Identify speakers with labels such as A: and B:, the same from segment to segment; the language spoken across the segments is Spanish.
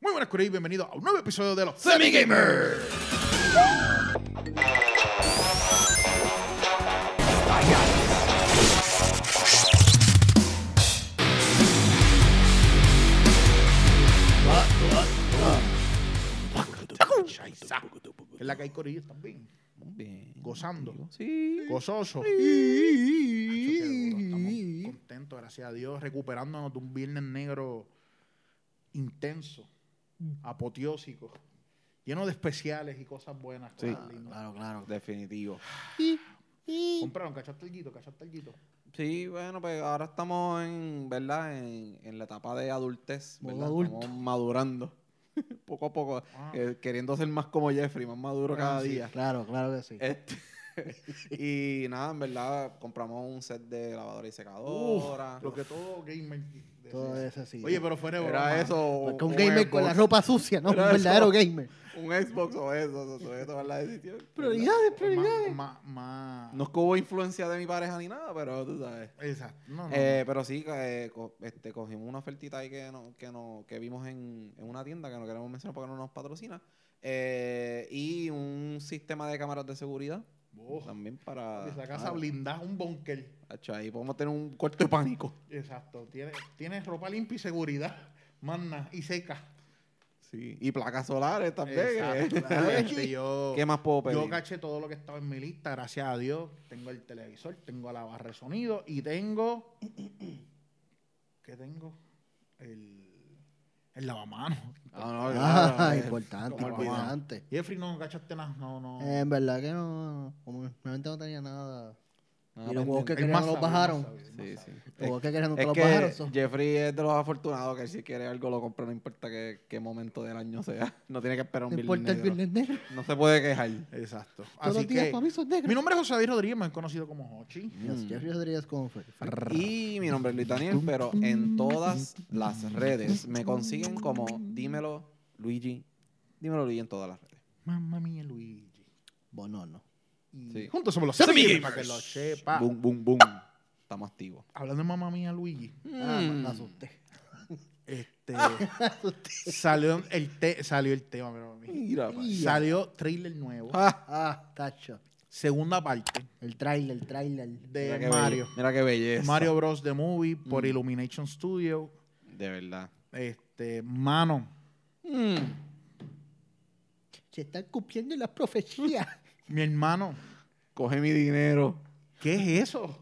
A: buenas, Curry, bienvenido a un nuevo episodio de los Semi Gamer. Es la que hay Corillo también,
B: Muy bien.
A: gozando,
B: Sí.
A: gozoso. Macho, qué duro. Estamos contentos, gracias a Dios, recuperándonos de un viernes negro intenso, apoteósico, lleno de especiales y cosas buenas.
B: Sí,
A: cosas lindas.
B: claro, claro, definitivo.
A: Compraron, cachaste el guito, cachaste el guito.
B: Sí, bueno, pues ahora estamos en, ¿verdad? En, en la etapa de adultez,
C: Modo
B: ¿verdad?
C: adulto.
B: Estamos madurando. poco a poco,
A: Ah.
B: eh, queriendo ser más como Jeffrey, más maduro
A: Bueno,
B: cada
A: sí.
B: día.
C: Claro, claro que sí.
B: Este, y nada, en verdad, compramos un set de lavadora y secadora.
A: Lo que todo gamer.
C: Todo
A: decía.
C: eso sí.
A: Oye, pero fuera de broma.
B: Era eso. o-
C: Porque un
B: o
C: gamer con la
B: Xbox.
C: ropa sucia, ¿no? Un
B: Era eso.
C: verdadero gamer.
B: Un Xbox o eso, eso, eso, eso es la decisión.
C: Prioridades,
A: Más,
C: prioridades.
A: más, más-
B: No es que hubo influencia de mi pareja ni nada, pero tú sabes.
A: Exacto. No, no.
B: Eh, pero sí, que, eh, co- este, cogimos una ofertita ahí que, no, que, no, que vimos en, en una tienda que no queremos mencionar porque no nos patrocina. Eh, y un sistema de cámaras de seguridad
A: Oh,
B: también para.
A: esa casa
B: ah,
A: blindada, un bunker.
B: hacho, ahí podemos tener un cuarto de pánico.
A: Exacto. Tienes tiene ropa limpia y seguridad. Manna y seca.
B: Sí. Y placas solares también.
A: Exacto,
B: que-
A: claramente yo,
B: ¿Qué más puedo pedir?
A: yo caché todo lo que estaba en mi lista, gracias a Dios. Tengo el televisor, tengo la barra de sonido y tengo. ¿Qué tengo? El, el lavamanos.
B: Ah, no, claro,
C: Ah,
B: eh,
C: importante,
B: como olvidar.
C: importante.
A: Jeffrey, no cachaste nada. No, no.
C: Eh, en verdad que no, como realmente no tenía nada.
B: No,
C: y los juegos que
A: El
C: querían
A: más
C: no los
A: sabio, el más
C: bajaron.
A: sabio, el más
B: Sí, sí.
A: sabio.
C: Los
B: Es,
C: juegos que querían no te
B: es
C: los
B: que
C: bajaron. so-
B: Jeffrey es de los afortunados que si quiere algo lo compra, no importa qué, qué momento del año sea. No tiene que esperar un
C: No importa el
B: viernes negro.
C: viernes negro.
B: No se puede quejar.
A: Exacto.
C: Todos
A: Así
C: los días
A: que,
C: para mí son
A: mi
C: negros.
A: nombre es José David Rodríguez, me han conocido como Hochi.
C: Dios,
B: Mm.
C: Jeffrey Rodríguez con fue- fue-
B: Y mi nombre es Luis Daniel, pero en todas las redes me consiguen como Dímelo Luigi. Dímelo Luigi en todas las redes.
A: Mamma mía, Luigi.
C: Bueno, no.
A: Y
B: Sí.
A: juntos somos los
B: Semi
A: Semi-Gamers,
B: Gamers.
A: para que lo sepa.
B: Boom, boom, boom. Estamos activos.
A: Hablando de mamá mía, Luigi.
C: Ah, me-
B: Mm.
C: me asusté.
A: Este,
B: Ah.
A: salió el te- salió el tema, pero
B: Mira, pa.
C: Y-
A: salió trailer nuevo,
B: Ah,
C: Ah, tacho.
A: segunda parte
C: El trailer, el trailer.
B: mira
A: de
B: qué
A: Mario,
B: belle- mira qué belleza.
A: Mario Bros the Movie por
B: Mm.
A: Illumination Studio.
B: De verdad.
A: Este, mano,
C: Se están cumpliendo las profecías.
A: mi hermano,
B: Coge mi dinero.
A: ¿qué es eso?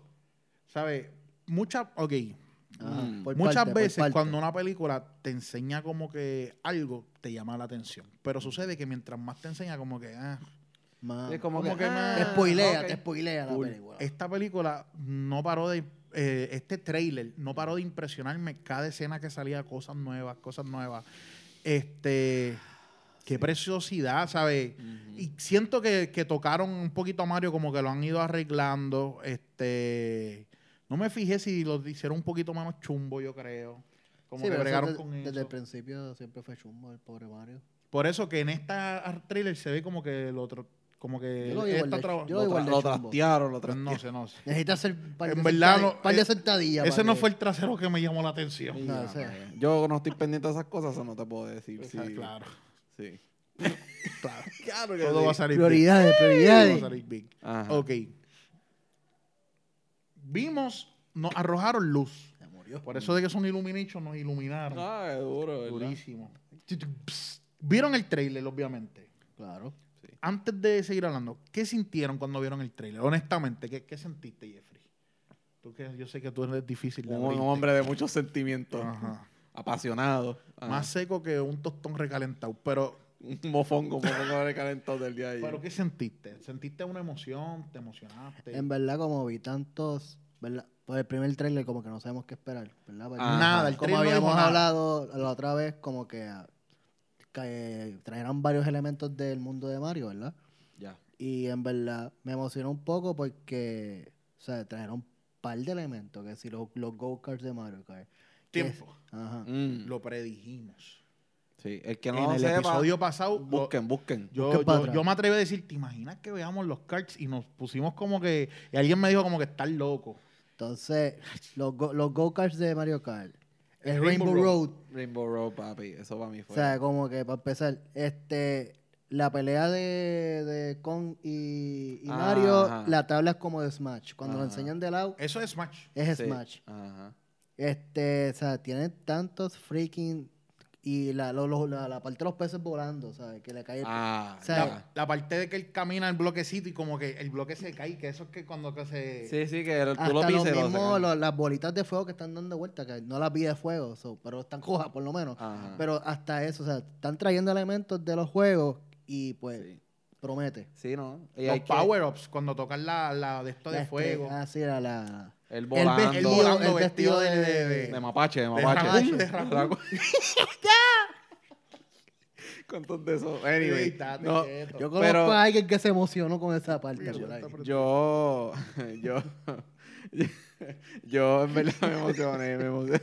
A: ¿Sabes? Muchas, ok,
C: Ah,
B: Mm.
C: por
A: muchas
C: parte, por
A: veces
C: parte.
A: cuando una película te enseña como que algo te llama la atención, pero sucede que mientras más te enseña como que ah,
C: Man.
B: Es como,
A: Como
B: que,
A: que
B: ah,
A: me-
C: Te spoilea,
B: ok.
C: te spoilea
B: Cool.
C: la película.
A: Esta película no paró de. eh, este trailer no paró de impresionarme cada escena que salía, cosas nuevas, cosas nuevas. Este. Qué preciosidad, ¿sabes?
B: Ujú.
A: Y siento que, que tocaron un poquito a Mario, como que lo han ido arreglando. Este. No me fijé si lo hicieron un poquito menos chumbo, yo creo. Como
C: Sí,
A: que
C: pero eso
A: bregaron
C: desde-
A: con
C: desde
A: eso.
C: el principio siempre fue chumbo el pobre Mario.
A: Por eso que en esta trailer se ve como que el otro. Como que
C: Yo lo vi igual
A: esta
C: de-
A: traba-
C: yo
B: Lo,
C: igual
B: tra-
C: de
B: lo
C: chumbo.
B: trastearon, lo trastearon.
A: No sé, no sé.
C: Necesita hacer un par de,
A: En verdad,
C: sentadi-
A: no,
C: par de
A: eh,
C: sentadillas.
A: Ese
C: para
A: no
C: que-
A: fue el trasero que me llamó la atención.
C: No,
B: Mira,
C: o sea.
B: vaya. Yo no estoy pendiente de esas cosas, eso no te puedo decir. Sí,
A: Ah, Claro,
B: sí.
A: claro.
B: Claro que
A: Todo
B: sí.
A: va a salir bien.
C: Prioridades,
A: Todo va a
C: prioridades.
A: salir bien.
B: Ajá.
A: Ok. Vimos, nos arrojaron luz.
C: Se murió.
A: Por eso de que son Illumination, nos iluminaron.
B: Ah, es duro, ¿verdad?
A: Durísimo. Psst. Vieron el trailer, obviamente.
C: Claro.
A: Antes de seguir hablando, ¿qué sintieron cuando vieron el trailer? Honestamente, ¿qué, qué sentiste, Jeffrey? Tú que, yo sé que tú eres difícil de
B: Un, un
A: abrirte.
B: hombre de muchos sentimientos,
A: Ajá.
B: apasionado. Ajá.
A: Más seco que un tostón recalentado. Pero
B: un mofongo, un mofongo recalentado del día de ayer.
A: ¿Pero qué sentiste? ¿Sentiste una emoción? ¿Te emocionaste?
C: En verdad, como vi tantos, ¿verdad? Por el primer tráiler como que no sabemos qué esperar, ¿verdad? Porque
B: Ah,
A: nada,
B: ajá.
A: el
C: como
A: trailer no dijo
C: habíamos
A: nada.
C: hablado la otra vez, como que, ah, que traerán varios elementos del mundo de Mario, ¿verdad?
B: Ya.
C: Y en verdad me emocionó un poco porque, o sea, trajeron un par de elementos, que si los, los go-karts de Mario Kart. que es-
A: Tiempo.
C: Ajá.
B: Mm.
A: Lo predijimos.
B: Sí, el que no
A: En
B: lo
A: el
B: sepa,
A: episodio pasado, lo-
B: busquen, busquen.
A: yo,
C: Busquen para
A: yo-
C: atrás.
A: yo me atreví a decir, ¿te imaginas que veamos los cards? Y nos pusimos como que... Y alguien me dijo como que estás loco.
C: Entonces, los, go- los go-karts de Mario Kart. El Rainbow,
A: Rainbow
C: Road.
B: Rainbow Road, papi. Eso para mí
C: O
B: fue.
C: sea, como que para empezar, este, la pelea de, de Kong y, y
B: Ah,
C: Mario,
B: ajá.
C: la tabla es como de Smash. Cuando lo
B: Ajá. Eh,
C: enseñan de lado,
A: Eso es Smash.
C: es
B: Sí,
C: Smash.
B: Ajá.
C: Este, o sea, tienen tantos freaking. Y la, lo- lo- la, la parte de los peces volando, ¿sabes? Que le
A: Eh,
C: cae. el-
B: Ah,
C: O sea,
B: ya.
A: La, la parte de que él camina el bloquecito y como que el bloque se cae, que eso es que cuando que se...
B: Sí, sí, que el- tú
C: hasta
B: lo
C: lo
B: pises. lo
C: mismo,
B: sacas.
C: lo- las bolitas de fuego que están dando vuelta, que no las vi de fuego, so, pero están cojas por lo menos.
B: Ajá.
C: Pero hasta eso, o sea, están trayendo elementos de los juegos y pues
B: Sí.
C: promete.
B: Sí, ¿no? Y
A: Los
B: hay que-
A: power-ups, cuando tocan la, la de esto
C: La
A: de
C: este-
A: fuego.
C: Ah, sí, la- la,
B: El
C: El
B: volando.
A: Él
C: vestido,
A: volando
C: el
A: vestido
C: vestido de,
A: de- de-
B: De mapache, de
A: de
B: mapache.
A: Raccoon, de
B: De
A: Raccoon.
B: Raccoon. ¿Cuántos de esos?
A: Sí,
B: Anyway.
A: estate
B: no,
A: quieto.
B: Pero-
C: Yo conozco a alguien que se emocionó con esa parte.
A: Sí,
C: por ahí.
A: está-
B: Yo, yo, yo en verdad me emocioné, me emocioné.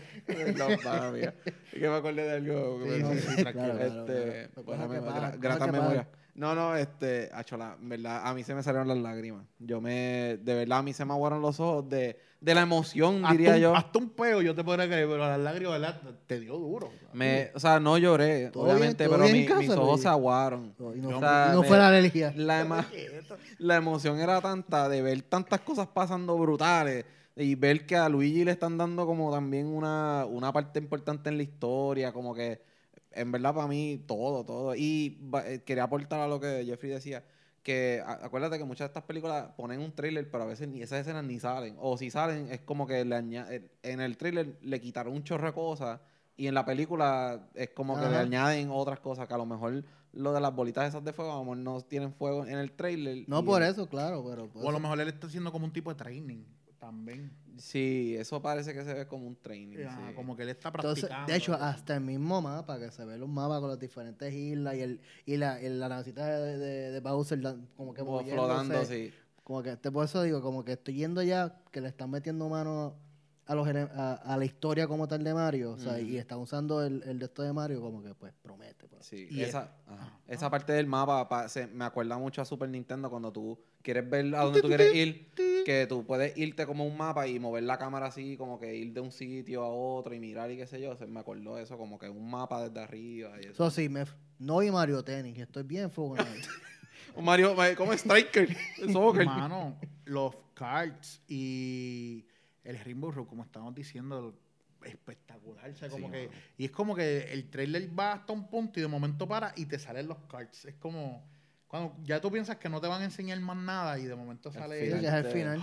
B: No, mala mía. Es que me acordé de algo. que
A: Sí,
B: me-
A: no, sí, tranquilo.
C: claro, claro,
B: este, buena
C: claro. Cosas que
B: memoria,
C: pasan,
B: gra-
C: cosas
B: grata
C: que
B: memoria.
C: pasan.
B: No, no, este, achola, en verdad, a mí se me salieron las lágrimas. Yo me, de verdad, a mí se me aguaron los ojos de, de la emoción,
A: Hasta
B: diría
A: un-
B: yo.
A: Hasta un peo yo te podría creer, pero las lágrimas ¿verdad? te dio duro.
B: Me, o sea, no lloré,
C: ¿Todo bien-
B: obviamente,
C: todo
B: pero
C: bien
B: mi-
C: en casa,
B: mis ojos
C: Luis?
B: se aguaron.
C: Y no,
B: O
C: fue-
B: sea,
C: y no
B: me-
C: fue la alergia.
B: La, ema- la emoción era tanta de ver tantas cosas pasando brutales y ver que a Luigi le están dando como también una, una parte importante en la historia, como que en verdad para mí todo, todo. Y va- eh, quería aportar a lo que Jeffrey decía, que a- acuérdate que muchas de estas películas ponen un tráiler, pero a veces ni esas escenas ni salen. O si salen, es como que le aña- eh, en el tráiler le quitaron un chorro de cosas y en la película es como que le
C: Ajá.
B: añaden otras cosas que a lo mejor lo de las bolitas esas de fuego, a lo mejor no tienen fuego en el trailer.
C: No por eso, claro, pero. pues,
A: O a lo mejor él está haciendo como un tipo de training también.
B: Sí, eso parece que se ve como un training.
A: Ajá,
B: sí.
A: Como que él está
C: entonces,
A: practicando.
C: de hecho, hasta el mismo mapa, que se ve los mapas con las diferentes islas y, el, y la, y la navecita de, de, de Bowser dan- como que
B: Como
C: moviéndose.
B: flotando, sí.
C: Como que este, por eso digo, como que estoy yendo ya, que le están metiendo mano a, los, ele- a, a la historia como tal de Mario, o sea,
B: Ujú.
C: y están usando el, el de esto de Mario, como que pues promete. pues.
B: Sí,
A: Y
B: esa, ajá.
A: ajá.
B: esa parte del mapa pa- se- me acuerda mucho a Super Nintendo cuando tú quieres ver a dónde tú quieres ir, que tú puedes irte como un mapa y mover la cámara así, como que ir de un sitio a otro y mirar y qué sé yo. Se me acordó eso, como que un mapa desde arriba. Y eso.
C: Eso sí, me, f- no vi Mario Tennis, estoy bien fogonado.
B: Mario, Mario, como Striker, soccer.
A: Mano, los cards y el Rainbow Road, como estamos diciendo, espectacular. o sea, como
B: Sí,
A: que,
B: mano.
A: y es como que el trailer va hasta un punto y de momento para y te salen los cards. Es como cuando ya tú piensas que no te van a enseñar más nada y de momento
B: Al
A: sale.
C: Sí, que es al final.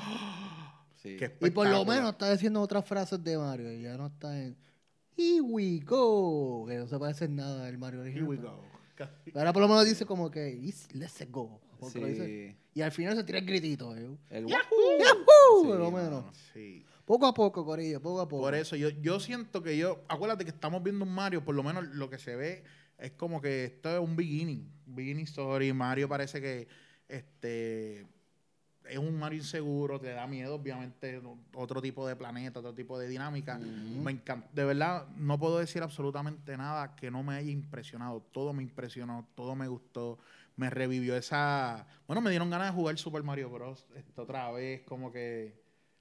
B: Sí.
A: Qué
C: Y por lo
A: espectacular.
C: menos está diciendo otras frases de Mario, y ya no está en Here we go, que no se parece en nada del Mario
A: Here
C: original.
A: we
C: pues. pero-
A: go.
C: pero Ahora por lo menos dice como que "Is- let's go. porque lo dice.
B: Sí.
C: Y al final se tira el gritito. ¿eh?
B: El
C: ¡Yahoo!
B: Sí,
C: por lo
B: mano.
C: menos.
A: Sí.
C: Poco a poco, Corillo, poco a poco.
A: Por eso yo, yo siento que yo, acuérdate que estamos viendo un Mario, por lo menos lo que se ve es como que esto es un beginning, beginning story. Mario parece que este es un Mario inseguro, te da miedo, obviamente, no- otro tipo de planeta, otro tipo de dinámica.
B: Ujú.
A: Me encanta, de verdad, no puedo decir absolutamente nada que no me haya impresionado. Todo me impresionó, todo me gustó, me revivió esa. Bueno, me dieron ganas de jugar Super Mario Bros. Esto otra vez, como que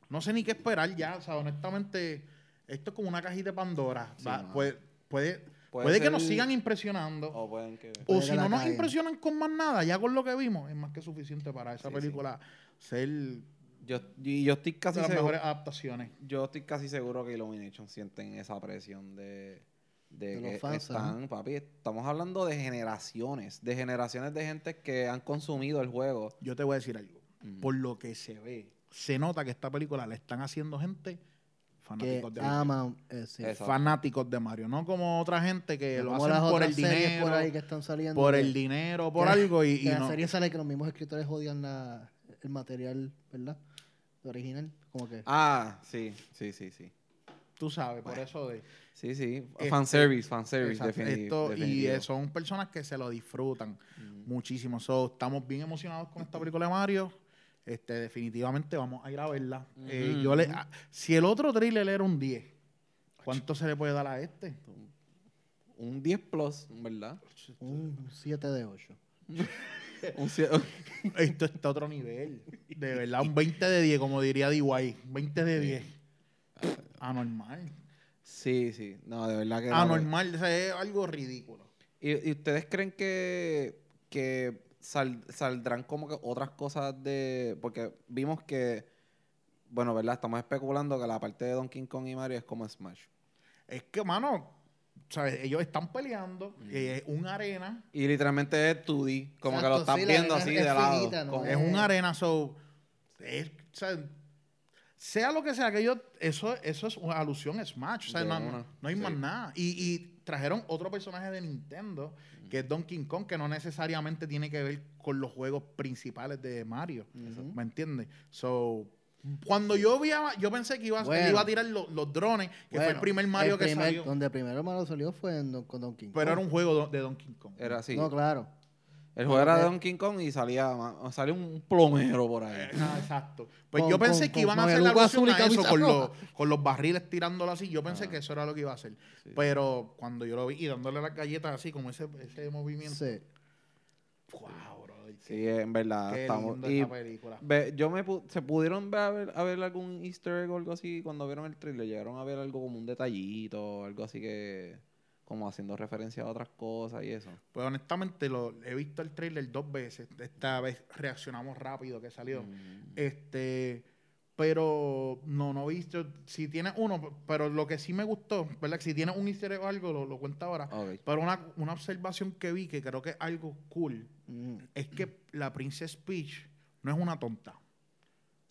A: no sé ni qué esperar ya. O sea, honestamente, esto es como una cajita de Pandora.
B: Sí,
A: Va-
B: mano.
A: puede, puede,
B: Puede
A: puede Oh, que
B: ser-
A: nos sigan impresionando.
B: O pueden que...
A: O
C: Puede
A: si
C: que la
A: no nos
C: caguen.
A: impresionan con más nada, ya con lo que vimos, es más que suficiente para esa
B: Sí,
A: película ser
B: Yo, y yo estoy
A: de
B: casi
A: las
B: seguro...
A: mejores adaptaciones.
B: Yo estoy casi seguro que Illumination sienten esa presión de, de,
C: De
B: que
C: los fans, ajá.
B: están, papi, estamos hablando de generaciones, de generaciones de gente que han consumido el juego.
A: Yo te voy a decir algo.
B: Ujú.
A: Por lo que se ve, se nota que esta película la están haciendo gente
C: que
A: fanáticos de Mario.
C: aman. eh, sí.
B: Eso.
A: Fanáticos de Mario. No como otra gente que
C: No
A: lo
C: como
A: hacen
C: las
A: por
C: otras
A: el
C: series
A: dinero.
C: por
A: Por,
C: ahí que están saliendo. que-
A: el dinero, por
C: que-
A: algo. Y,
C: que
A: y
C: en la
A: no.
C: serie sale que los mismos escritores odian la, el material, ¿verdad? Original. Como que.
B: Ah, sí, sí, sí, sí.
A: Tú sabes, por
B: Bueno.
A: eso de.
B: Sí, sí,
A: Este,
B: fanservice, fanservice,
A: Exacto.
B: definitivo.
A: Esto- y
B: definitivo.
A: eh, son personas que se lo disfrutan
B: Ujú.
A: muchísimo. So, estamos bien emocionados con esta película de Mario. Este, definitivamente vamos a ir a verla. Eh,
B: Ujú.
A: yo le, ah, si el otro thriller era un 10, ¿cuánto se le puede dar a este?
B: Un 10 plus, ¿verdad?
C: Un 7 de 8.
B: Un cie-
A: Esto está a otro nivel. De verdad, un 20 de 10, como diría DY. 20 de 10. Anormal.
B: Sí, sí. No, de verdad que. no,
A: Anormal, o sea, es algo ridículo.
B: ¿Y, y ustedes creen que, que sal- saldrán como que otras cosas de...? Porque vimos que, bueno, ¿verdad? Estamos especulando que la parte de Donkey Kong y Mario es como Smash.
A: Es que, mano, ¿sabes? ellos están peleando, eh, es una arena,
B: Y literalmente es 2D, como que lo
C: Exacto,
B: estás
C: sí, la
B: viendo
C: arena
B: así
C: es
B: de lado.
C: finita, ¿no?
B: como-
A: es una arena, so, es- o sea, sea lo que sea, que ellos- eso, eso es una alusión a Smash, o sea,
B: De
A: no,
B: una,
A: no hay
B: sí.
A: más nada. Y, y trajeron otro personaje de Nintendo, que es Donkey Kong, que no necesariamente tiene que ver con los juegos principales de Mario,
C: Ujú.
A: ¿me entiendes? So... Cuando yo vi a- yo pensé que iba, a- él
C: Bueno.
A: iba a tirar lo- los drones, que fue el
C: Bueno,
A: primer Mario
C: el
A: que
C: primer-
A: salió.
C: Donde primero Mario salió fue en Don- con Donkey Kong.
A: Pero era un juego do- de Donkey Kong.
B: Era así.
C: No, claro.
B: El juego era
C: Porque-
B: Donkey Kong y salía, ma- salía un plomero por ahí.
A: Eh, ah, exacto. Pues
C: Con-
A: yo pensé
C: con-
A: que iban a
C: con
A: hacer la
C: mameluco
A: alusión
C: azul y
A: a eso
C: camisa
A: con los,
C: roja.
A: con los barriles tirándolo así. Yo pensé
B: Ah.
A: que eso era lo que iba a hacer.
B: Sí.
C: Pues,
A: Pero cuando yo lo vi y dándole las galletas así, como ese, ese movimiento.
C: Sí.
A: Wow, bro. Qué,
B: Sí, en verdad.
A: qué
B: estamos...
A: lindo
B: y
A: esta película.
B: ve- yo me pu- ¿Se pudieron ver, a ver, a ver algún easter egg o algo así cuando vieron el trailer? ¿Llegaron a ver algo como un detallito, algo así que... como haciendo referencia a otras cosas y eso?
A: Pues honestamente, lo, he visto el trailer dos veces. Esta vez reaccionamos rápido que salió.
B: Mm.
A: Este, pero no, no he visto. Si tiene uno, pero lo que sí me gustó, ¿verdad? Que Si tiene un easter egg o algo, lo, lo cuenta ahora.
B: Ok.
A: Pero una, una observación que vi que creo que es algo cool
C: Mm.
A: es que la Princess Peach no es una tonta.
C: Sí,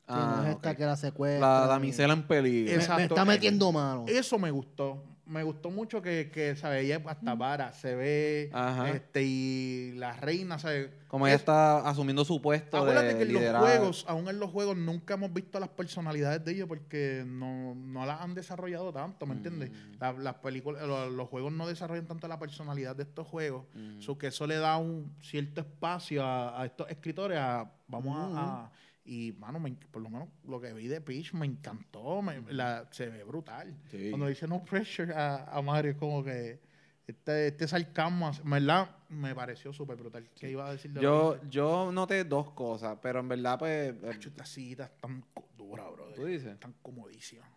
C: no es
B: Ah,
C: esta
B: ok.
C: que la secuestra.
B: La damisela en peligro.
A: Esa-
C: Me, me
A: Exacto.
C: está metiendo mano.
A: Eso me gustó. Me gustó mucho que, que ¿sabes? Ella es hasta vara, se ve.
B: Ajá.
A: Este, y la reina, ¿sabes?
B: Como ella
A: Es-
B: está asumiendo su puesto
A: Acuérdate
B: de
A: que en
B: liderazgo.
A: los juegos, aún en los juegos, nunca hemos visto las personalidades de ellos porque no, no las han desarrollado tanto, ¿me entiendes?
B: Mm.
A: La- las películas, lo- los juegos no desarrollan tanto la personalidad de estos juegos.
B: Mm.
A: So que eso le da un cierto espacio a, a estos escritores. a- vamos a-
C: Ujú.
A: a, Y, mano, me en- por lo menos lo que vi de Peach me encantó. me- la- se ve brutal.
B: Mm. Sí.
A: Cuando dice no pressure a, a Mario, es como que este, este sarcasmo, así, en ¿verdad? Me pareció súper brutal. ¿Qué iba a decir de
B: Yo, yo noté dos cosas, pero en verdad, pues. eh,
A: Estas sillitas tan co- duras, bro.
B: ¿Tú dices?
A: Tan comodísimas.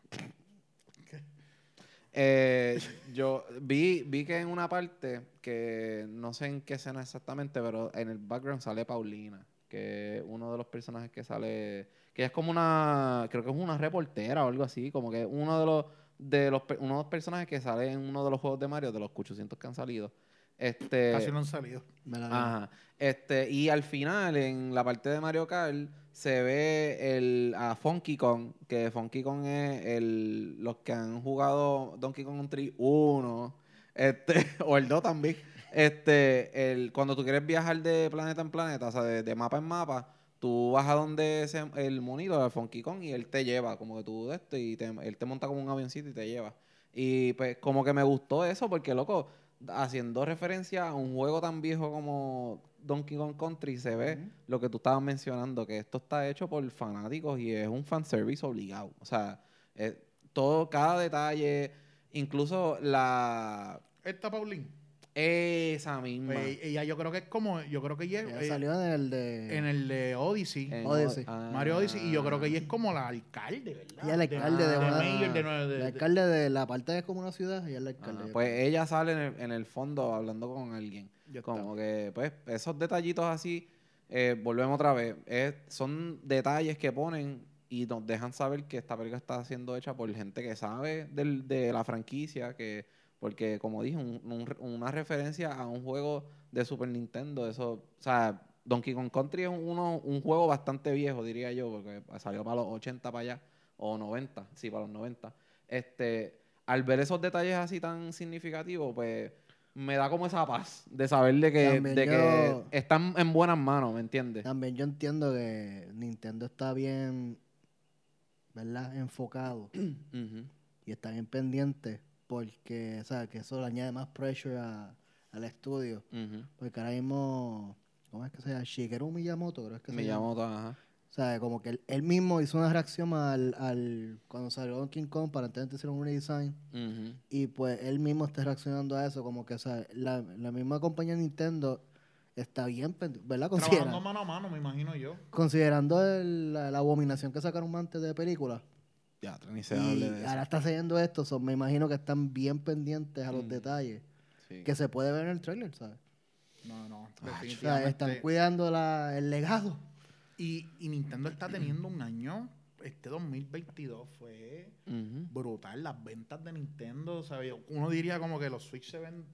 B: eh, yo vi, vi que en una parte, que no sé en qué escena exactamente, pero en el background sale Paulina, que es uno de los personajes que sale. Que es como una. Creo que es una reportera o algo así, como que uno de los. De los, pe- uno de los personajes que sale en uno de los juegos de Mario, de los 800 que han salido. Este,
A: Casi no han salido.
C: Me la
A: ah,
B: Ajá. Este, y al final, en la parte de Mario Kart, se ve el, a Funky Kong, que Funky Kong es el, los que han jugado Donkey Kong Country 1, este, o el 2 también. Este, el, cuando tú quieres viajar de planeta en planeta, o sea, de, de mapa en mapa, tú vas a donde ese, el monito de Funky Kong y él te lleva, como que tú de esto, y te- él te monta como un avioncito y te lleva. Y pues como que me gustó eso porque, loco, haciendo referencia a un juego tan viejo como Donkey Kong Country, se ve
C: Ujú.
B: lo que tú estabas mencionando, que esto está hecho por fanáticos y es un fanservice obligado. O sea, es todo, cada detalle, incluso la...
A: Esta Pauline.
B: Esa misma.
A: pues, ella yo creo que es como. Yo creo que ella,
C: Ella
A: eh,
C: salió en el de.
A: en el de Odyssey.
B: en-
C: Odyssey.
B: ah.
A: Mario Odyssey, y yo creo que ella es como la alcalde, ¿verdad?
C: Ella es la alcalde de
A: de
C: una-
A: mayor de Nueva- de-
C: el
A: de-
C: alcalde de la parte que es como una ciudad y el
B: Ah,
C: alcalde.
B: pues ella sale en el, en el fondo hablando con alguien.
A: Ya está.
B: Como que, pues, esos detallitos así, eh, volvemos otra vez. es- son detalles que ponen y nos dejan saber que esta película está siendo hecha por gente que sabe del- de la franquicia, que porque, como dije, un- un re- una referencia a un juego de Super Nintendo, eso, o sea, Donkey Kong Country es uno, un juego bastante viejo, diría yo, porque salió para los 80 para allá, o 90, sí, para los 90. Este, al ver esos detalles así tan significativos, pues me da como esa paz de saber de que,
C: También
B: de
C: yo-
B: que están en buenas manos, ¿me entiendes?
C: También yo entiendo que Nintendo está bien, ¿verdad? Enfocado
B: Ujú.
C: y está bien pendiente porque, o sea, que eso le añade más pressure a- al estudio.
B: Ujú.
C: Porque ahora mismo, ¿cómo es que se llama? Shigeru Miyamoto, creo es que
B: Me
C: se llama.
B: llamó toda, ajá.
C: O sea, como que él, él mismo hizo una reacción al, al cuando salió Donkey Kong para entonces hicieron un redesign.
B: Ujú.
C: Y pues él mismo está reaccionando a eso, como que o sea, la, la misma compañía Nintendo está bien, pendiente, ¿verdad?
A: Trabajando
C: Considera-
A: mano a mano, me imagino yo.
C: considerando el- la, la abominación que sacaron antes de película,
B: Ya, ni se hable de
C: Y
B: eso.
C: ahora está saliendo esto, so, me imagino que están bien pendientes a los
B: Mm.
C: detalles.
B: Sí.
C: Que se puede ver en el trailer, ¿sabes?
A: No, no,
C: O sea, están
A: definitivamente.
C: cuidando la- el legado.
A: Y, y Nintendo está teniendo un año, este 2022 fue
B: Ujú.
A: brutal, las ventas de Nintendo, ¿sabes? Uno diría como que los Switch se venden,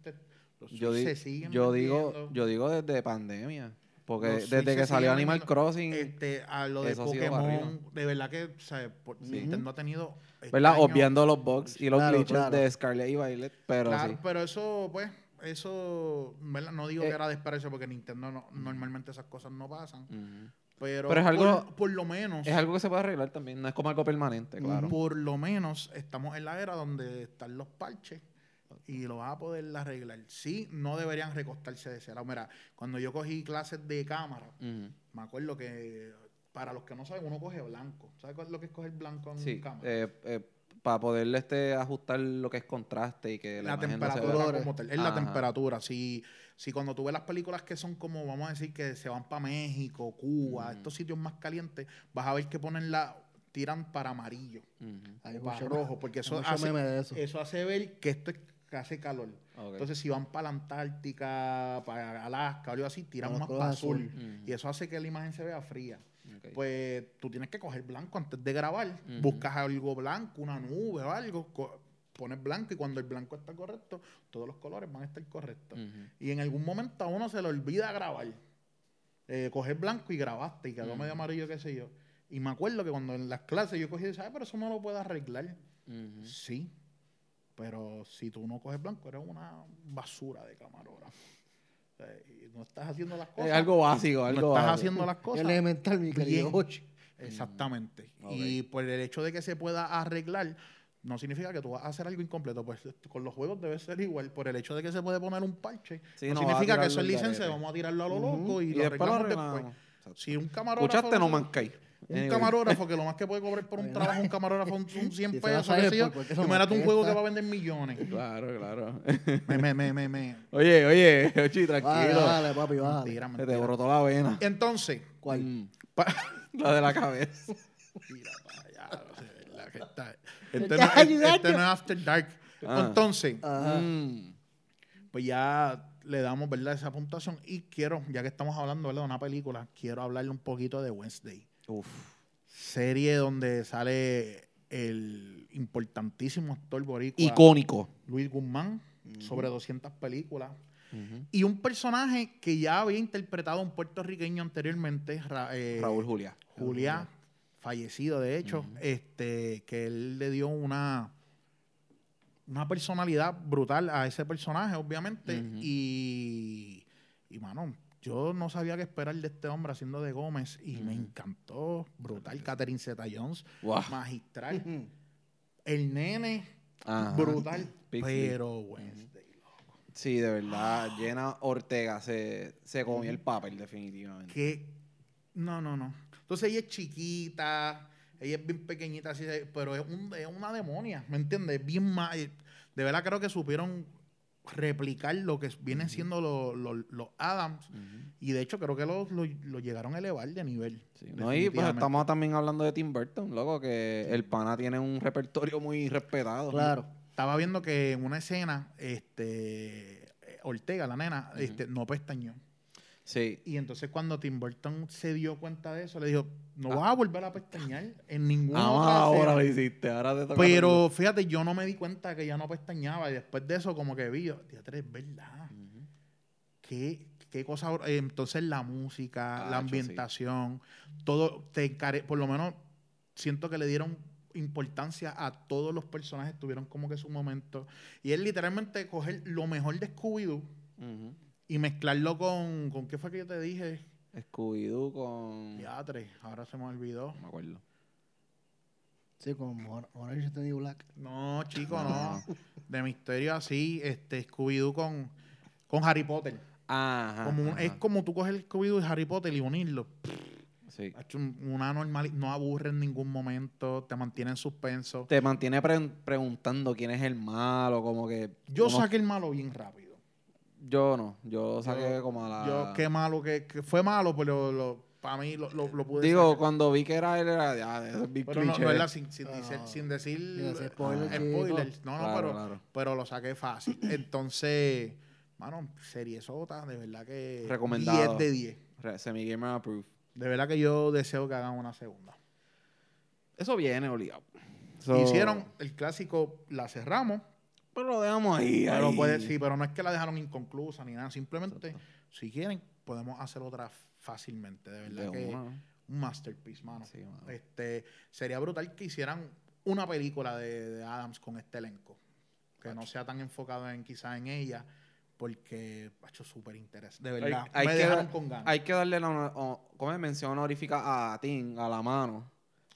A: los Switch
B: Yo, di-
A: se siguen
B: yo digo,
A: vendiendo.
B: yo digo desde pandemia. Porque
A: Los Switch
B: desde
A: se
B: que salió
A: siguen
B: Animal
A: vendiendo.
B: Crossing,
A: este, a lo de
B: Eso ha sido para
A: Pokémon, de verdad que ¿sabes? Por-
B: Sí.
A: Nintendo ha tenido... este
B: ¿verdad?
A: año-
B: Obviando los bugs y los
C: Claro,
B: glitches
C: claro.
B: de Scarlet y Violet, pero
A: Claro,
B: sí.
A: pero eso, pues, eso, ¿verdad? No digo
B: Eh.
A: que era desprecio porque Nintendo no- normalmente esas cosas no pasan,
B: Ujú.
A: pero,
B: Pero es algo-
A: por, por lo menos...
B: Es algo que se puede arreglar también, no es como algo permanente, claro.
A: Por lo menos estamos en la era donde están los parches y lo vas a poder arreglar. Sí, no deberían recostarse de ese lado. Mira, cuando yo cogí clases de cámara,
B: Ujú.
A: me acuerdo que para los que no saben, uno coge blanco. ¿Sabes cuál es lo que es coger blanco en
B: Sí,
A: cámara?
B: eh, eh, para poderle este, ajustar lo que es contraste y que la,
A: la,
B: imagen no se
A: temperatura
B: vea-
A: como tal, es
B: Ajá.
A: la temperatura si, si cuando tú ves las películas que son como vamos a decir que se van para México Cuba
B: Ujú.
A: estos sitios más calientes vas a ver que ponen la tiran para amarillo
B: Ujú.
C: Hay
A: o para
C: mucho-
A: rojo porque eso
C: hay mucho
A: hace,
C: meme de eso.
A: eso hace ver que esto es, que hace calor
B: Ok.
A: entonces si van para la Antártica para Alaska o algo así tiran
C: Los
A: más
C: colores
A: para azul,
C: azul.
A: y eso hace que la imagen se vea fría
B: Ok.
A: pues tú tienes que coger blanco antes de grabar.
B: Ujú.
A: Buscas algo blanco, una nube o algo, co- pones blanco y cuando el blanco está correcto, todos los colores van a estar correctos.
B: Ujú.
A: Y en algún momento a uno se le olvida grabar. Eh, coger blanco y grabaste y quedó
B: Ujú.
A: medio amarillo, qué sé yo. Y me acuerdo que cuando en las clases yo cogí y decía, "Ay, pero eso no lo puedo arreglar.
B: Ujú.
A: Sí, pero si tú no coges blanco, eres una basura de camarógrafo. O sea, y no estás haciendo las cosas.
B: Es algo básico, algo
A: no estás
B: básico.
A: haciendo las cosas.
C: Elemental, mi querido Mm.
A: bien.
C: Hochi.
A: Exactamente.
B: ok.
A: Y por el hecho de que se pueda arreglar, no significa que tú vas a hacer algo incompleto. Pues con los juegos debe ser igual. Por el hecho de que se puede poner un parche,
B: Sí,
A: no,
B: no, va a
A: significa que
B: tirarlo
A: eso es
B: al
A: licencia,
B: garete.
A: vamos a tirarlo a lo
C: Ujú.
A: loco y,
B: Y
A: lo
B: después lo
A: arreglamos después.
B: arreglamos. Exacto.
A: Si un camarógrafo.
B: Escuchaste, no Eh,
A: no-
B: mancáis.
A: Un camarógrafo que lo más que puede cobrar por un
C: Bueno.
A: trabajo, un camarógrafo son son 100
C: Si se va a
A: pesos.
C: saber
A: qué sé yo.
C: por- por qué no
A: Imagínate un
C: marca
A: juego
C: esta.
A: que va a vender millones.
B: Claro, claro.
A: me, me, me, me, me.
B: Oye, oye, Ochi,
C: Bájale,
B: tranquilo.
C: bájale, papi, bájale.
A: Mentira,
B: Se te
A: mentira.
B: brotó la vena.
A: Entonces,
C: ¿Cuál?
B: Mm,
A: pa-
B: La de la cabeza.
A: Mira para allá, o sea, la que está- Este, no,
C: Ay,
A: este- este
C: Nacho.
A: no es After Dark.
B: Ah.
A: Entonces,
C: Ajá.
B: Mm.
A: pues ya le damos, ¿verdad? Esa puntuación. Y quiero, ya que estamos hablando, ¿verdad? De una película, quiero hablarle un poquito de Wednesday.
B: Uf.
A: Serie donde sale el importantísimo actor boricua
B: Icónico.
A: Luis Guzmán, sobre 200 películas. Y un personaje que ya había interpretado a un puertorriqueño anteriormente, Ra- eh,
B: Raúl Julia.
A: Juliá, fallecido de hecho, este, que él le dio una, una personalidad brutal a ese personaje, obviamente.
B: Ujú.
A: Y, y, mano, yo no sabía qué esperar de este hombre haciendo de Gómez y me
B: Ujú.
A: encantó. Brutal. Catherine Zeta Jones,
B: Wow.
A: magistral. El nene,
B: Ajá.
A: brutal.
B: Big
A: Pero, Wednesday.
B: Sí, de verdad. Jenna Ortega se, se comió el papel, definitivamente.
A: que no, no, no. Entonces ella es chiquita, ella es bien pequeñita, así, de- pero es, un- es una demonia, ¿me entiendes? Bien mal. De verdad creo que supieron replicar lo que vienen siendo los, los- los Adams
B: Ujú.
A: y de hecho creo que los lo, lo llegaron a elevar de nivel.
B: Sí, No, y pues
A: definitivamente.
B: estamos también hablando de Tim Burton, loco, que el pana tiene un repertorio muy respetado.
C: Claro.
A: Estaba viendo que en una escena, este eh, Ortega, la nena,
B: Ujú.
A: este, no pestañó.
B: Sí.
A: Y entonces cuando Tim Burton se dio cuenta de eso, le dijo, no vas a volver a pestañar en ninguna
B: Ah. Vamos,
A: otra
B: ahora
A: escena".
B: lo hiciste, ahora te toca.
A: Pero fíjate, yo no me di cuenta que ya no pestañaba. Y después de eso, como que vi, yo, "Diatre, es verdad.
B: hacerlo. Ujú.
A: ¿Qué, qué cosa. br- eh, Entonces, la música, la
B: Tacho, sí.
A: ambientación, todo. te encare- Por lo menos siento que le dieron importancia a todos los personajes, tuvieron como que su momento. Y es literalmente coger lo mejor de Scooby-Doo
B: Ujú.
A: y mezclarlo con. ¿Con qué fue que yo te dije?
B: Scooby-Doo
A: Mm.
B: con.
A: Diatre, ahora se me olvidó.
B: No me acuerdo.
C: Sí, con Or- Orange is the New Black.
A: No, chico,
B: No.
A: no. De misterio así, este Scooby-Doo con, con Harry Potter.
B: Ajá.
A: Como un-
B: ajá.
A: es como tú coges el Scooby-Doo y Harry Potter y unirlo.
B: Sí.
A: Ha hecho un- una normal, no aburre en ningún momento, te mantiene en suspenso.
B: Te mantiene pre- preguntando quién es el malo, como que.
A: Yo
B: uno-
A: saqué el malo bien rápido.
B: Yo no, yo lo saqué como a la. Ah.
A: Yo, qué malo, que, que fue malo, pero lo, Para mí lo, lo, lo pude
B: Digo,
A: sacar.
B: cuando vi que era él, era. Ya, eso es bien
A: Pero no,
B: cliché.
A: no, ¿verdad? Sin, sin,
C: Ah.
A: dice- sin decir
C: Sin hacer
A: eh,
C: spoilers,
A: spoilers. No, no,
B: Claro,
A: pero,
B: claro.
A: pero lo saqué fácil. Entonces, mano, serie sota, de verdad que.
B: Recomendado.
A: 10 de 10.
B: Re- Semi-gamer approved.
A: De verdad que yo deseo que hagan una segunda.
B: Eso viene obligado. So-
A: Hicieron el clásico, la cerramos,
B: Pero lo dejamos ahí.
A: pero
B: ahí.
A: puede, sí, pero no es que la dejaron inconclusa ni nada. Simplemente,
B: Exacto.
A: si quieren, podemos hacer otra fácilmente. De verdad
B: De
A: que
B: una.
A: un masterpiece, mano.
B: Sí, mano.
A: Este, sería brutal que hicieran una película de, de Adams con este elenco. Que no sea tan enfocado en quizás en ella, porque ha hecho súper interesante. De verdad,
B: hay
A: me
B: que
A: dejaron
B: dar-
A: con ganas.
B: Hay que darle la honor- o- ¿cómo es? mención honorífica a Tim, a la mano.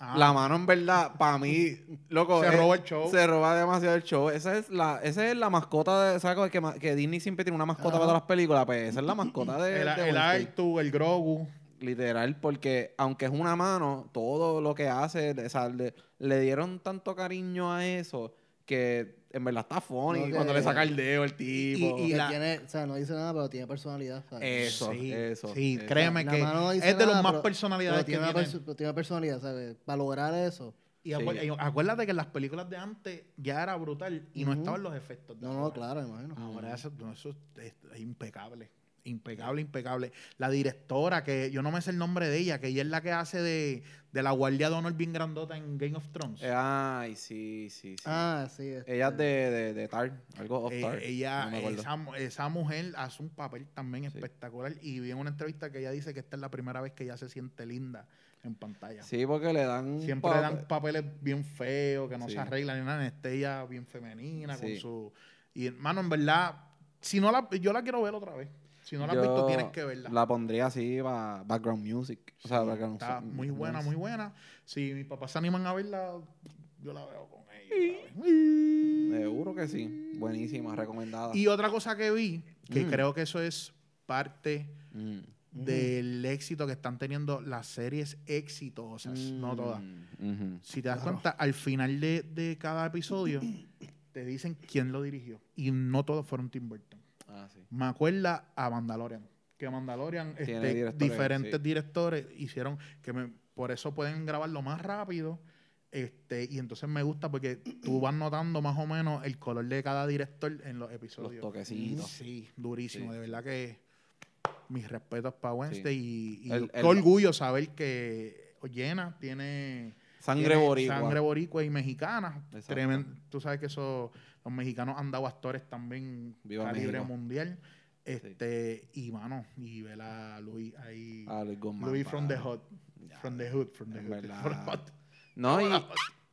A: Ah,
B: La mano, en verdad, para mí, loco.
A: se
B: es-
A: roba el show.
B: Se roba demasiado el show. Esa es la, esa es la mascota de. ¿Sabes cómo es que, ma- que Disney siempre tiene una mascota
A: Ajá.
B: para todas las películas? Pues esa es la mascota de.
A: el
B: de
A: el
B: Wednesday.
A: Artu, el Grogu.
B: Literal, porque aunque es una mano, todo lo que hace, o sea, le, le dieron tanto cariño a eso que en verdad está funny.
C: No,
B: Cuando
C: que-
B: le saca el dedo el tipo.
A: y
C: Que
A: la-
C: tiene, o sea, no dice nada, pero tiene personalidad. ¿sabes?
B: Eso,
A: sí,
B: eso,
A: Sí,
B: eso.
A: créeme
C: La
A: que
C: mano no dice
A: es de los
C: nada,
A: más
C: pero-
A: personalidades
C: Pero
A: que
C: tiene, una
A: tienen.
C: perso- pero tiene una personalidad, ¿sabes? Para lograr eso.
A: Y acuer-
B: Sí.
A: y acuérdate que en las películas de antes ya era brutal y no
C: Ujú.
A: estaban los efectos. de
C: No, no,
A: ahora.
C: claro, imagino.
A: Ahora eso, no, eso es, es impecable. Impecable, impecable. La directora, que yo no me sé el nombre de ella, que ella es la que hace de, de la guardia de honor bien grandota en Game of Thrones.
B: Eh, Ay, sí, sí, sí.
C: Ah, sí. este,
B: Ella es de, de, de TAR, algo off
A: Eh,
B: TAR.
A: ella,
B: no me acuerdo.
A: esa, mu- esa mujer hace un papel también
B: Sí.
A: espectacular. Y vi en una entrevista que ella dice que esta es la primera vez que ella se siente linda en pantalla.
B: Sí, porque le dan. un
A: Siempre
B: pa-
A: dan papeles bien feos, que no
B: Sí.
A: se arreglan ni nada. Esta ella bien femenina, con
B: Sí.
A: su. Y hermano, en verdad, si no la, yo la quiero ver otra vez. Si no la has
B: Yo
A: visto, tienes que verla.
B: La pondría así para background music. O sea, Mm,
A: Sí,
B: background
A: está
B: music.
A: muy buena, muy buena. Si mis papás se animan a verla, yo la veo con ellos. ¿sabes?
B: Seguro que sí. Buenísima, recomendada.
A: Y otra cosa que vi, que
B: Mm.
A: creo que eso es parte
B: Mm.
A: del éxito que están teniendo las series exitosas,
B: Mm.
A: no todas.
B: Ujú.
A: Si te das
C: Claro.
A: cuenta, al final de, de cada episodio te dicen quién lo dirigió. Y no todos fueron Tim Burton.
B: Ah, sí.
A: Me acuerda a Mandalorian. Que Mandalorian,
B: Tiene
A: este,
B: directores,
A: diferentes
B: sí.
A: directores hicieron que me- por eso pueden grabarlo más rápido. Este, y entonces me gusta porque tú vas notando más o menos el color de cada director en los
B: Los
A: episodios.
B: toquecitos.
A: Sí, durísimo. De
B: Sí.
A: verdad que mis respetos para Wednesday y, y
B: El-
A: qué
B: el-
A: orgullo saber que Llena tiene
B: Sangre
A: tiene
B: boricua.
A: Sangre boricua y mexicana.
B: Exacto.
A: Tremen- tú sabes que eso, los mexicanos han dado actores también
B: Viva
A: calibre
B: México.
A: mundial. Este, y mano, y vela Luis ahí.
B: Ah, Luis Guzmán,
A: Luis from the
B: padre.
A: hood.
B: Ya.
A: From the hood, from the
B: Es
A: hood.
B: verdad.
A: from the hood.
B: No, y,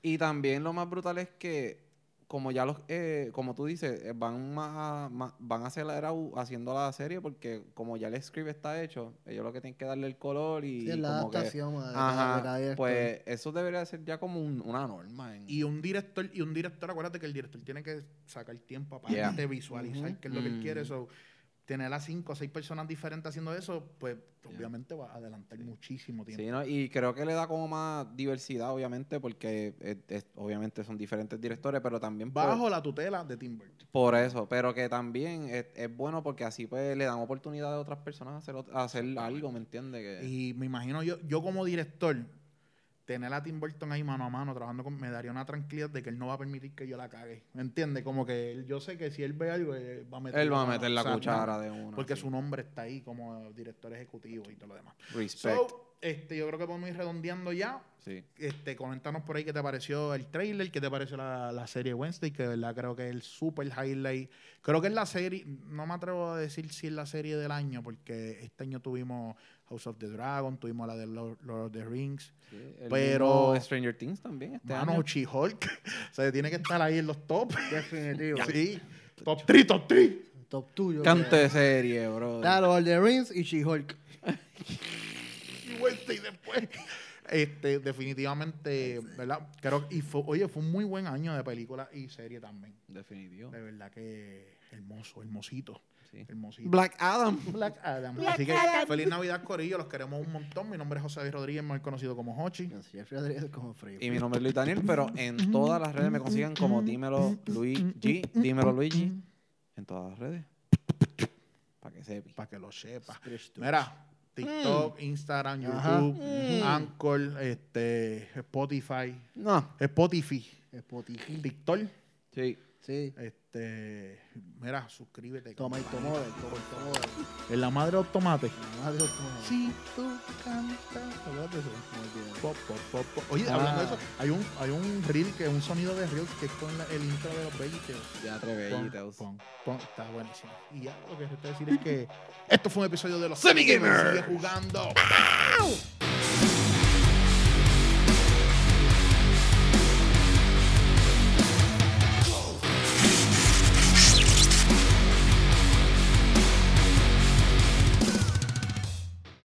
B: y también lo más brutal es que, como ya los, eh, como tú dices, eh, van más, a- más- van a hacer la era u- haciendo la serie porque como ya el script está hecho, ellos lo que tienen que darle el color y,
C: sí, es la
B: como que-
C: adaptación. madre,
B: ajá,
C: de cada director.
B: pues eso debería ser ya como un- una norma. En,
A: Y un director, y un director, acuérdate que el director tiene que sacar tiempo aparte
B: Yeah.
A: de visualizar
C: Ujú.
A: qué es lo que él quiere.
B: Mm.
A: So, tener a cinco o seis personas diferentes haciendo eso, pues
B: Yeah.
A: obviamente va a adelantar
B: Sí.
A: muchísimo tiempo.
B: Sí, ¿no? Y creo que le da como más diversidad, obviamente, porque eh, es- obviamente son diferentes directores, pero también por-
A: Bajo la tutela de Tim Burton.
B: Por eso, pero que también es, es bueno porque así pues le dan oportunidad a otras personas a hacer, ot- a hacer algo, ¿me entiendes? Que-
A: Y me imagino yo, yo como director, tener a Tim Burton ahí mano a mano trabajando con, me daría una tranquilidad de que él no va a permitir que yo la cague. ¿Me entiendes? Como que él- yo sé que si él ve algo, él va a meter
B: Él va a
A: mano.
B: meter la
A: O sea, no,
B: cuchara de uno.
A: porque
B: sí.
A: su nombre está ahí como director ejecutivo y todo lo demás.
B: Respect.
A: So, este, yo creo que podemos ir redondeando ya.
B: sí.
A: Este, coméntanos por ahí qué te pareció el trailer, qué te pareció la, la serie Wednesday, que de verdad creo que es el super highlight. Creo que es la serie, no me atrevo a decir si es la serie del año, porque este año tuvimos House of the Dragon, tuvimos la de Lord, Lord of the Rings,
B: sí. El
A: pero-
B: mismo Stranger Things también este
A: Mano
B: año.
A: She-Hulk, o sea, tiene que estar ahí en los top.
C: Definitivo.
A: sí, top 3, top 3.
C: Top tuyo.
B: Canto de serie, bro.
C: Está Lord of the Rings y She-Hulk.
A: y Wednesday después. Este, definitivamente, ¿verdad? Creo, y fue- oye, fue un muy buen año de película y serie también.
B: Definitivo.
A: De verdad que hermoso, hermosito.
B: sí.
A: Hermosito.
B: Black Adam.
A: Black Adam. Así que feliz Navidad, Corillo. Los queremos un montón. Mi nombre es José Luis Rodríguez, más conocido como Hochi.
C: Yo soy Jeffrey Rodríguez como frío.
B: Y mi nombre es Luis Daniel, pero en todas las redes me consiguen como Dímelo Luigi. Dímelo Luigi. En todas las redes. Para que sepa.
A: Para que lo sepas.
C: Scratch tú.
A: Mira, TikTok, Instagram,
C: Ajá.
A: YouTube, Anchor, este, Spotify,
B: No.
A: Spotify,
C: Spotify.
A: TikTok,
B: Sí.
C: Sí.
A: este, mira, suscríbete.
C: Toma y
A: compadre.
C: tomode, toma y tomode.
A: En la madre automate.
C: La madre del tomode.
A: Si tú cantas. Acuérdate de eso.
C: Muy bien.
A: Pop, pop, pop, pop. Oye,
C: Ah.
A: hablando de eso, hay un, hay un reel que un sonido de reel que es con la- el intro de los Veggie Tales.
B: Ya
A: Pon,
B: atrevellitos.
A: pon, pon. Está buenísimo. Y ya lo que te decir es que esto fue un episodio de los Semi Gamers. Sigue jugando.